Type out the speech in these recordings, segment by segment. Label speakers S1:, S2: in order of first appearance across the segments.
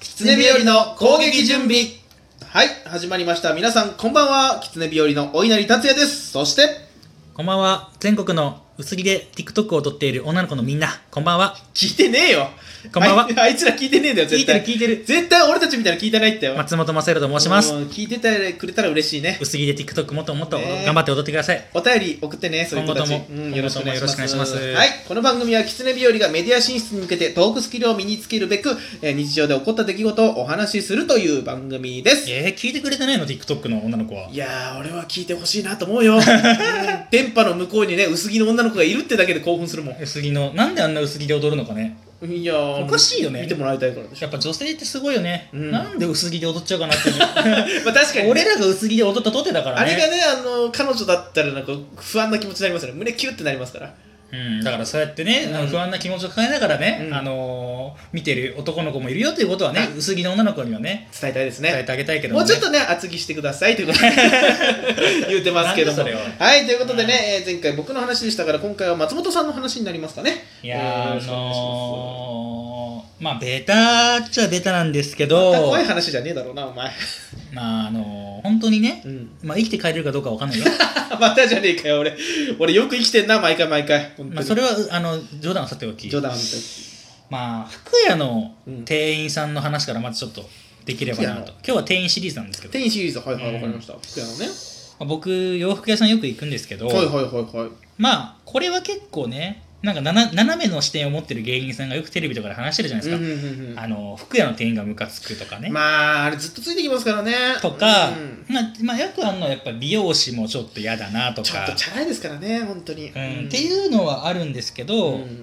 S1: 狐日和の攻撃準備はい始まりました皆さんこんばんは狐日和のお稲荷達也ですそして
S2: こんばんは。全国の薄着で TikTok を撮っている女の子のみんな、こんばんは。
S1: 聞いてねえよ
S2: こんばんは
S1: あいあいつら聞いてねえんだよ
S2: 聞
S1: 絶
S2: いて
S1: 対
S2: る聞いてる。
S1: 絶対俺たちみたいなの聞いてないってよ、
S2: 松本正弘と申します。
S1: うん聞いててくれたら嬉しいね
S2: 薄着で TikTok もっともっと
S1: ねえ
S2: 頑張って踊ってください。
S1: お便り送ってね、そういう子たち。
S2: 今後とも
S1: うんよろしくお願いします。
S2: 今後ともよろしくお願いします
S1: はい、この番組は狐日和がメディア進出に向けてトークスキルを身につけるべく、えー日常で起こった出来事をお話しするという番組です。
S2: えー、聞いてくれてないの ?TikTok の女の子は。
S1: いやー、俺は聞いてほしいなと思 うよ。うん電波の向こうにね、薄着の女の子がいるってだけで興奮するも
S2: 薄着の、なんであんな薄着で踊るのかね。
S1: ん。いやー、
S2: おかしいよね
S1: 見てもらいたいからでしょ。
S2: やっぱ女性ってすごいよね。
S1: うん
S2: なんで薄着で踊っちゃうかなって思う。
S1: まあ 確かに、ね、
S2: 俺らが薄着で踊ったとてだから
S1: あ
S2: ね。
S1: れがね、あの、彼女だったらなんか不安な気持ちになりますよね。胸キュッてなりますから。
S2: うん、だからそうやってね、
S1: うん
S2: あの不安な気持ちを抱えながらね、
S1: うん
S2: あのー見てる男の子もいるよということはね、薄着の女の子にはね、
S1: 伝えたいですね。
S2: 伝えてあげたいけど
S1: も
S2: も
S1: う
S2: ね、
S1: ちょっとね、厚着してくださいということで 言うてますけども。
S2: なんでそれを
S1: はい、ということでね、えー前回僕の話でしたから、今回は松本さんの話になりますかね。
S2: いや
S1: えーよろ
S2: ー、
S1: し
S2: あ
S1: くお願いします
S2: のー、まあ、ベタっちゃベタなんですけど、
S1: また怖い話じゃねえだろうな、お前。
S2: まあ、あのー、本当にね
S1: う、ん。
S2: まあ、生きて帰れるかどうかわかんないよ。
S1: またじゃねえかよ、俺。俺よく生きてんな、毎回毎回。本当に
S2: まあ、それは、あの、冗談はさておき、
S1: 冗談は本
S2: まあ、服屋の店員さんの話からまずちょっとできればな
S1: 服
S2: と。
S1: 屋
S2: 今日は店員シリーズなんですけ
S1: 当
S2: ど、
S1: に。天シリーズ、はいはい、
S2: うん
S1: わかりました。福屋のね。
S2: まあ、僕、洋服屋さんよく行くんですけど、
S1: はいはいはいはい。
S2: まあ、これは結構ね、なんかなな斜めの視点を持ってる芸人さんがよくテレビとかで話してるじゃないです
S1: うん
S2: か。
S1: うんうんうん
S2: あの、服屋の店員がムカつくとかね。
S1: まあ、あれずっとついてきますからね。
S2: とか、
S1: うん
S2: まあ、まあ、よくあるのはやっぱ美容師もちょっと嫌だなと
S1: ちょっ
S2: か
S1: とチャラいですからね、本当に。
S2: うん、って
S1: う
S2: いうのはあるんですけ
S1: ん。
S2: ど、
S1: う
S2: ま
S1: ん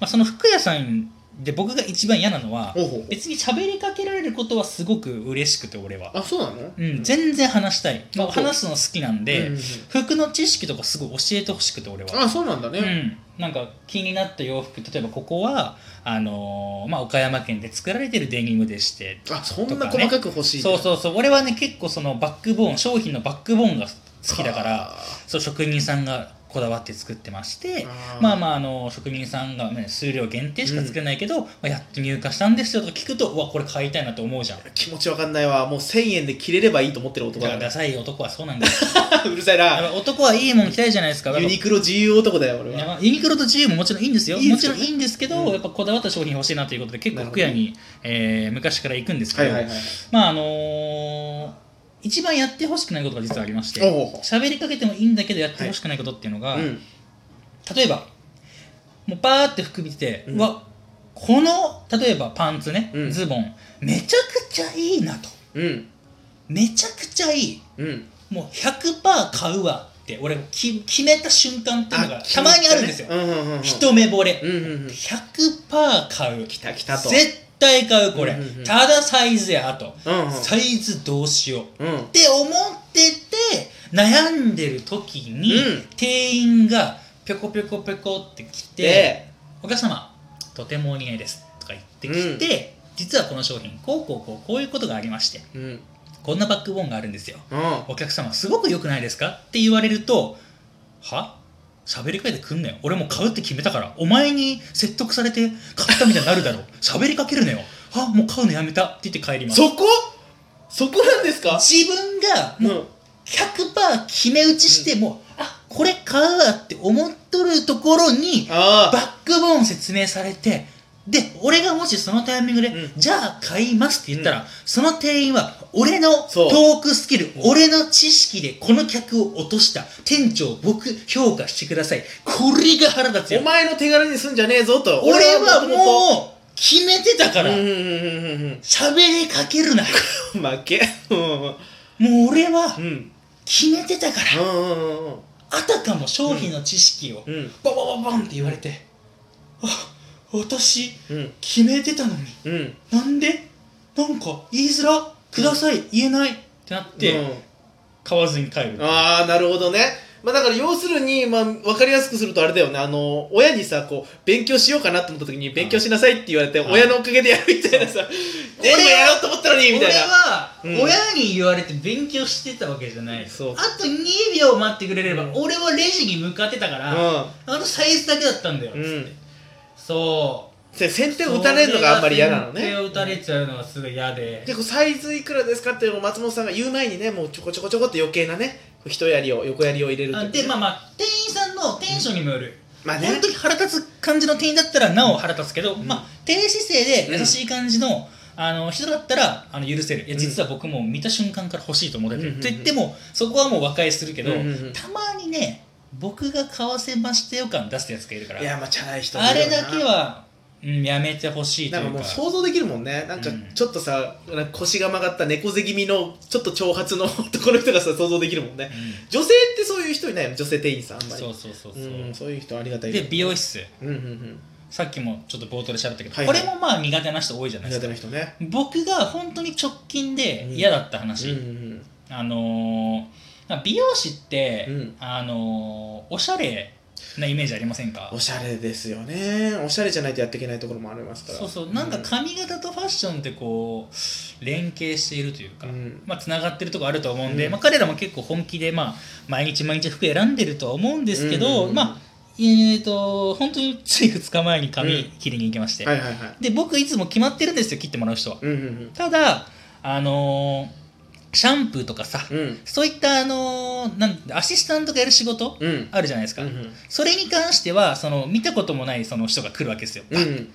S2: あ、その服屋さんで僕が一番嫌なのは
S1: ほうほう
S2: 別に喋りかけられることはすごく嬉しくて俺は、
S1: あ、そうなの
S2: うん、全然話したい、まあ、
S1: ほう
S2: 話すの好きなんで、
S1: うんうんうん
S2: 服の知識とかすごい教えてほしくて俺は。
S1: あ、そうなんだ
S2: う
S1: ね。
S2: ん、なんか気になった洋服例えばここはあのーまあ、岡山県で作られてるデニムでして
S1: あそん
S2: と
S1: な
S2: かね
S1: 細かく欲しい、
S2: そう
S1: う
S2: そうそう俺はね結構そのバックボーン商品のバックボーンが好きだからそう職人さんがこだわって作ってましてまあまああの職人さんがね数量限定しか作れないけど、まあ、やっと入荷したんですよとか聞くとうわこれ買いたいなと思うじゃんだ
S1: あ気持ちわかんないわもう1000円で切れればいいと思ってる男
S2: か
S1: だ
S2: ら
S1: か
S2: ダサい男はそうな んですよ
S1: らうるさい
S2: や
S1: な
S2: っぱ男はいいもん着たいじゃないですかやっぱ
S1: ユニクロ自由男だよ俺
S2: いや
S1: は
S2: まあユニクロと GU ももちろんいいんですよ
S1: いいで
S2: も
S1: す
S2: ち
S1: よ
S2: ろ
S1: ね
S2: んいいんですけど、
S1: うん
S2: やっぱこだわった商品欲しいなということで結
S1: な
S2: 構
S1: るほ
S2: 服
S1: ど
S2: 屋に、えー昔から行くんですけ
S1: は
S2: ど、
S1: いはいはい
S2: まああのー一番やってほしくないことが実はありまして
S1: おうおう
S2: 喋りかけてもいいんだけどやってほしくないことっていうのが、
S1: うん
S2: 例えばもうパーって服見てて、
S1: う
S2: うんわこの例えばパンツね、
S1: うん
S2: ズボンめちゃくちゃいいなと
S1: うん
S2: めちゃくちゃいい
S1: うん
S2: もう100%買うわって俺き決めた瞬間っていうのが
S1: 気
S2: た
S1: 持
S2: ま
S1: ち
S2: にあるんですよ、
S1: ねうんうんうんうん
S2: 一目惚れ、
S1: うんうんうん
S2: 100%買う
S1: 来た来たと
S2: 絶対買うこれ、
S1: うんうんうん
S2: ただサイズやあと、
S1: うんうん
S2: サイズどうしよう
S1: うん
S2: って思ってて悩んでる時に、
S1: うん
S2: 店員がぴょこぴょこぴょこって来て
S1: で
S2: 「お客様とてもお似合いです」とか言ってきて、実はこの商品こうこうこうこういうことがありまして
S1: うんうん
S2: こんなバックボーンがあるんですよお客様すごく良くないですかって言われるとは喋りかけてくんなよ俺もう買うって決めたからお前に説得されて買ったみたいになるだろう喋りかけるなよはもう買うのやめたって言って帰ります
S1: そこそこなんですか
S2: 自分が
S1: うん
S2: もう100%決め打ちしても、あこれ買うわって思っとるところに
S1: あ
S2: バ
S1: あ
S2: ックボーン説明されてで俺がもしそのタイミングで、
S1: うん
S2: じゃあ買いますって言ったら、その店員は俺の
S1: そう
S2: トークスキル
S1: うん
S2: 俺の知識でこの客を落とした店長僕評価してくださいこれが腹立つ
S1: お
S2: よ
S1: 前の手軽にすんじゃねえぞと
S2: 俺は
S1: 元々
S2: もう決めてたから
S1: うんうんうんうん
S2: 喋りかけるな
S1: うん 負けうん
S2: もう俺は
S1: うん
S2: 決めてたから
S1: うんうんうんうん
S2: あたかも商品の知識を
S1: うん
S2: ババババンって言われてあ私
S1: うん
S2: 決めてたのに
S1: うん
S2: なんでなんか言いづらください、言えないってなって、
S1: うん
S2: 買わずに帰る
S1: ああなるほどねまあだから要するに、まあ、分かりやすくするとあれだよねあの親にさこう勉強しようかなと思った時に勉強しなさいって言われて
S2: はい
S1: 親のおかげでやるみたいなさ「
S2: 俺
S1: 俺
S2: は
S1: もやろうと思ったのに」みたいな
S2: は
S1: うん
S2: に言われて勉強してたわけじゃな
S1: そう
S2: あと2秒待ってくれ
S1: うん
S2: 俺はレジに向かってたかあとサイズだけだったんだよ
S1: うんうん
S2: そ
S1: せ先手を打たれるのがあんまり嫌なの
S2: そ
S1: ね
S2: れが先手を打たれちゃうのがすごい嫌で
S1: 結構サイズいくらですかっていうのを松本さんが言う前にねもうちょこちょこちょこって余計なね一やりを横やりを入れるとい
S2: あ
S1: う
S2: でまあまあ店員さんのテンションにもよる、
S1: まあね
S2: 本当に腹立つ感じの店員だったらなお腹立つけど、まあ、低姿勢で優しい感じの,、あの人だったらあの許せるいや
S1: うん
S2: 実は僕も見た瞬間から欲しいと思ってて、
S1: うんうんうん
S2: と言ってもそこはもう和解するけど、
S1: うんうんうん
S2: たまにね僕が買わせましたよ感出すやつがいるから
S1: いやまあチャラい人もい
S2: あ
S1: るよ
S2: れ
S1: な
S2: だけは、うん、やめてほしいと
S1: ないんか
S2: うか
S1: もう想像できるもんねなんか
S2: うん
S1: ちょっとさ、なんか腰が曲がった猫背気味のちょっと長髪の 男の人がさ想像できるもんね
S2: う
S1: 女性ってそういう人いないの女性店員さんあん
S2: ん
S1: まり
S2: そうそうそうそう、
S1: うん、そういう人ありがたいけ
S2: で
S1: ど
S2: 美容室
S1: うんうんうん
S2: さっきもちょっと冒頭で喋ったけど、
S1: はいはい
S2: これもまあ苦手な人多いじゃないで
S1: 苦
S2: す
S1: 手
S2: か
S1: な人ね
S2: 僕が本当に直近で嫌だった話、
S1: うんうん
S2: あのー美容師って、
S1: うん
S2: あのーおしゃれなイメージありませんか
S1: おしゃれですよねおしゃれじゃないとやっていけないところもありますから
S2: そうそうなんか髪型とファッションってこう連携しているというか、
S1: うん
S2: まあつながってるとこあると思うんで、
S1: うん
S2: まあ、彼らも結構本気で、まあ、毎日毎日服選んでるとは思うんですけ
S1: うんうん
S2: ど、
S1: うん
S2: まあえー、と本当につい2日前に
S1: う
S2: 髪
S1: ん
S2: 切りに行きまして、
S1: はいはいはい
S2: で僕いつも決まってるんですよ切ってもらう人は
S1: うんうん
S2: ただあのーシャンプーとかさ、
S1: うんうん
S2: そういったあのーなんアシスタントがやる仕事
S1: うん
S2: あるじゃないですか、
S1: うん
S2: それに関してはその見たこともないその人が来るわけですよ、
S1: うんうん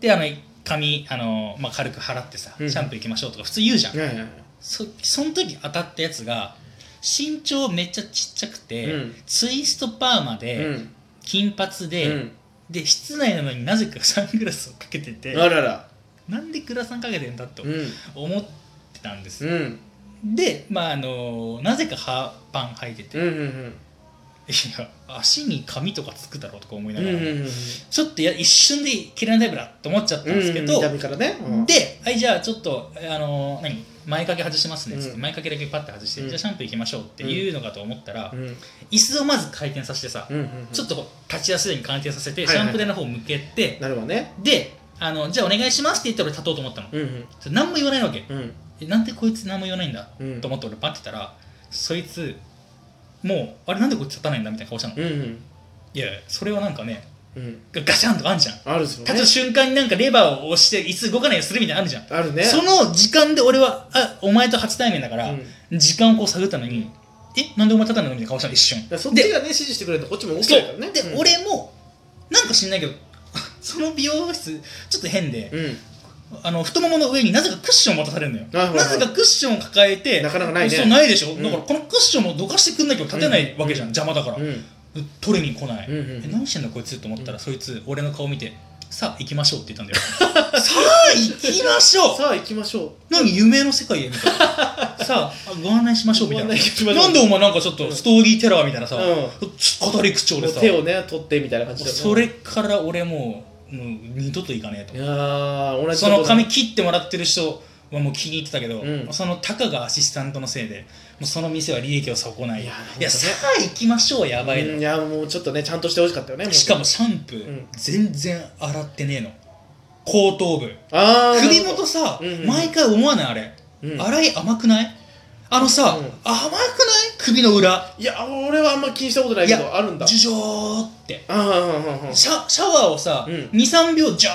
S2: であの髪あの、まあ、軽く払ってさ、
S1: うん
S2: シャンプー行きましょうとか普通言うじゃん、
S1: はいはいはい
S2: そその時当たったやつが身長めっちゃちっちゃくて、
S1: うん
S2: ツイストパーマ
S1: う
S2: で
S1: ん
S2: 金髪で、
S1: うん
S2: で室内なのになぜかサングラスをかけてて
S1: あらら
S2: なんでグラサンかけてんだと
S1: うん
S2: 思ってたんです、
S1: うん
S2: でまああのなぜかハーパン履いてて、
S1: うんうん
S2: いや足に髪とかつくだろうとか思いな
S1: うん
S2: が
S1: う
S2: ら、
S1: んうん
S2: ちょっとや一瞬で切れないタイプだと思っちゃったんですけど、
S1: 見た目からねうん
S2: で、はい、じゃあちょっと、あの何前掛け外しますねっつって、
S1: うん
S2: 前掛けだけパッて外して、
S1: うん
S2: じゃあシャンプー行きましょうっていうのかと思ったら、
S1: うんうん
S2: 椅子をまず回転させてさ、
S1: うんうん
S2: ちょっと立ちやすいように回転させて、
S1: はいはい
S2: シャンプー台の方向けて、
S1: なるわね
S2: であの、じゃあお願いしますって言って俺立とうと思ったの。
S1: うんうん
S2: それ何も言わないわけ。
S1: うん
S2: えなんでこいつ何も言わないんだ、
S1: うん
S2: と思って俺パッて言ったら、そいつ、もう、あれなんでこいつ立たないんだみたいな顔したの。
S1: うんうん
S2: いやいやそれはなんかね
S1: うん
S2: ガガシャンとかあんじゃん
S1: あるですよね
S2: 立つ瞬間になんかレバーを押して椅子動かないようにするみたいなのあるじゃん、
S1: あるね
S2: その時間で俺はあお前と初対面だから、
S1: うん
S2: 時間をこう探ったのにえなんでお前立たないのみたいな顔したの一瞬
S1: だからそっちがね指示してくれるとこっちも OK だからね
S2: で、
S1: うん
S2: 俺もなんか知んないけど その美容室ちょっと変で、
S1: うん
S2: あの太ももの上になぜかクッションを持たされるのよ
S1: なるほど
S2: ぜかクッションを抱えて
S1: なかなかないね
S2: そうないでしょ、
S1: うん
S2: だからこのクッションもどかしてくんなきゃ立てないわけじゃん、邪魔だから、
S1: うん
S2: 取りに来ない、
S1: うんうん
S2: え何してんだこいつと思ったら、
S1: うん
S2: そいつ俺の顔見て「さあ行きましょう」って言ったんだよ さあ行きましょう
S1: さあ行きましょ
S2: 何夢の世界へみたいなさあご案内しましょうみたい
S1: ご
S2: な
S1: 案内しましょう
S2: なんでお前なんかちょっとストーリーテラーみたいなさ、
S1: う
S2: ちょ語り口調
S1: う
S2: でさ
S1: 手をね取ってみたいな感じだよね
S2: それから俺もうもう二度と行かね
S1: い
S2: え
S1: やー同
S2: と
S1: じ
S2: そ
S1: とこ
S2: の髪切ってもらってる人はもう気に入ってたけど、
S1: うん
S2: そのたかがアシスタントのせいでもうその店は利益を損ない
S1: い
S2: い
S1: や
S2: や,、
S1: 本当ね
S2: さあ行きましょうやばいの、
S1: うんいやもうちょっとねちゃんとしてほしかったよねもう
S2: しかもシャンプー、
S1: うん
S2: 全然洗ってねえの後頭部
S1: あー
S2: 首元さ、
S1: うんうん
S2: 毎回思わないあれ、
S1: うん
S2: 洗い甘くないあのさ、
S1: うん
S2: 甘くない首の裏
S1: いや俺はあんま気にしたことないけどあるんだ
S2: ジュジョーって
S1: ああ
S2: シャシャワーをさ、
S1: うん
S2: 23秒ジャ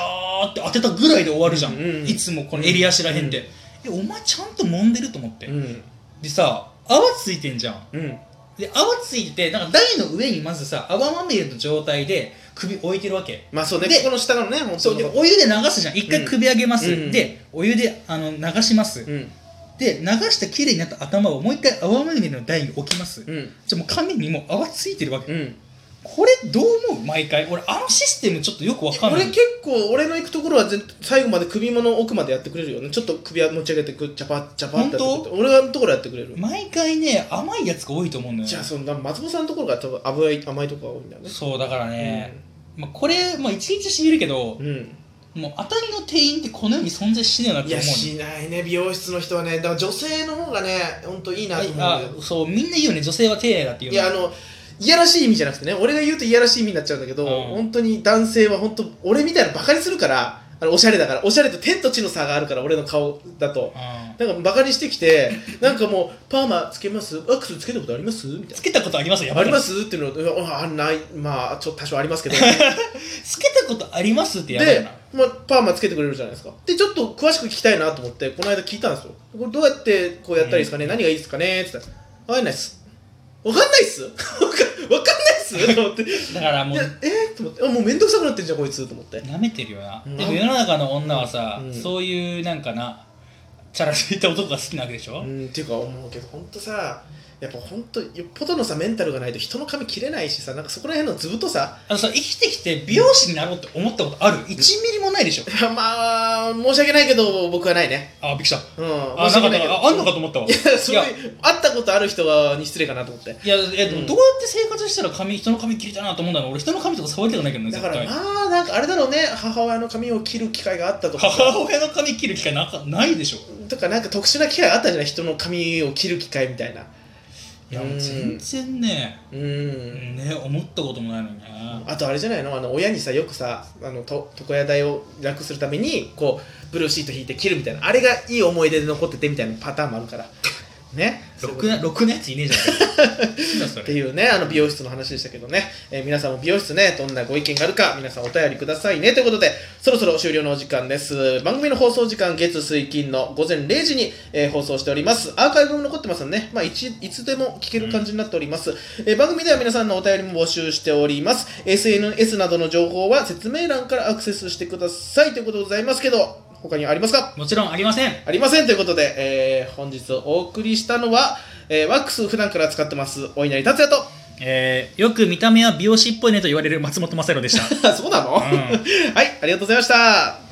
S2: ーって当てたぐらいで終わるじゃん、
S1: うんうん
S2: いつもこの襟足らへんで、えお前ちゃんと揉んでると思って、
S1: うん
S2: でさ泡ついてんじゃん
S1: うん
S2: で泡ついててなんか台の上にまずさ泡まみれの状態で首置いてるわけ、
S1: まあそうね
S2: で
S1: ここの下のね本
S2: そ
S1: 当
S2: う
S1: に
S2: でお湯で流すじゃん一回首上げます、
S1: うん
S2: でお湯であの流します、
S1: うん
S2: で流した綺麗になった頭をもう一回泡まみれの台に置きます、
S1: うん
S2: じゃあもう髪にもう泡ついてるわけ、
S1: うん
S2: これどう思う毎回俺あのシステムちょっとよくわかんな
S1: 俺
S2: い
S1: 結構俺の行くところは全最後まで首元奥までやってくれるよねちょっと首は持ち上げてくジャパッジャパッってやってくれ
S2: 本
S1: る俺のところやってくれる
S2: 毎回ね甘いやつが多いと思うんだよ
S1: じゃあ
S2: ね
S1: そのな松本さんのところが多分甘い甘いところが多いんだよね
S2: そうだからね、まあ、これ、まあ、一日しみるけど
S1: う、ん
S2: もう当たりの店員ってこの世に存在しねえなっ
S1: い
S2: て
S1: や
S2: 思うの
S1: しないね美容室の人はねだから女性の方がね本当いいなと思うんだ
S2: あ
S1: よ
S2: そうみんな言うよね女性は丁寧だっていう
S1: い
S2: の
S1: やあのいやらしい意味じゃなくてね俺が言うといやらしい意味になっちゃうんだけど、
S2: うん
S1: 本当に男性は本当俺みたいなバカにするからあのおしゃれだからおしゃれと天と地の差があるから俺の顔だとなんかバカにしてきてなんかもう「パーマつけますワックスつけたことあります?」みたい
S2: つけたことありますや
S1: な「
S2: ば
S1: あ
S2: く
S1: り
S2: ない
S1: ます?」っていうのを「ああないまあちょっと多少あり ますけど」
S2: つけたことありますってやばい
S1: で
S2: な、
S1: まあ、パーマつけてくれるじゃないですかでちょっと詳しく聞きたいなと思ってこの間聞いたんですよこれどうやってこうやったらいいですかね、何がいいですかねって言ったら分かんないっす分かんないっす わか分かんないっすと思ってい
S2: だ からもう
S1: やえー、と思ってあもう面倒くさくなってんじゃんこいつと思って
S2: なめてるよな、
S1: うん
S2: でも世の中の女はさ、
S1: うん
S2: そういうなんかなチャラついた男が好きなわけでしょ、
S1: うんっていうか思うけど本当さやっぱ本当よっぽどのさメンタルがないと人の髪切れないしさなんかそこら辺のずぶとさ
S2: あのさ生きてきて美容師になろうって思ったことある1ミリもないでしょ
S1: いやまあ申し訳ないけど僕はないね
S2: あびっくりした
S1: うん
S2: あ
S1: 申し
S2: な
S1: 訳
S2: んか
S1: な
S2: だ
S1: い
S2: か
S1: けど
S2: らあんのかと思ったわ
S1: い
S2: い
S1: やそれ
S2: や
S1: 会ったことある人はに失礼かなと思って
S2: いやいやで
S1: う
S2: も
S1: ん
S2: どうやって生活したら髪人の髪切りたいなと思うんだろう俺人の髪とか触りたくないけどね
S1: だ
S2: 絶
S1: から
S2: 対
S1: まあなんかあれだろうね母親の髪を切る機会があったとか
S2: 母親の髪切る機会なんかないでしょ
S1: とかなんか特殊な機会あったんじゃない人の髪を切る機会みたいない
S2: や
S1: うん
S2: もう全然ね
S1: うん、
S2: ね思ったこともないのにね
S1: あとあれじゃないのあの親にさよくさあのと床屋代を楽するためにこうブルーシート引いて切るみたいなあれがいい思い出で残っててみたいなパターンもあるからね
S2: ろくなろくなやついねえじゃ んなんだそ
S1: って
S2: れ
S1: いうねあの美容室の話でしたけどね、えー皆さんも美容室ねどんなご意見があるか皆さんお便りくださいねということでそろそろ終了のお時間です番組の放送時間月水金の午前0時に、えー放送しておりますアーカイブも残ってますので、ねまあ、いちいつでも聞ける感じになっております、えー番組では皆さんのお便りも募集しております SNS などの情報は説明欄からアクセスしてくださいということでございますけど他にありますか
S2: もちろんありません
S1: ありませんということで、えー本日お送りしたのは、えーワックス普段から使ってますお稲荷達也と
S2: えーよく 見た目は美容師っぽいねと言われる松本雅宏でした。
S1: あそうなの、
S2: うん
S1: はい、ありがとうございました。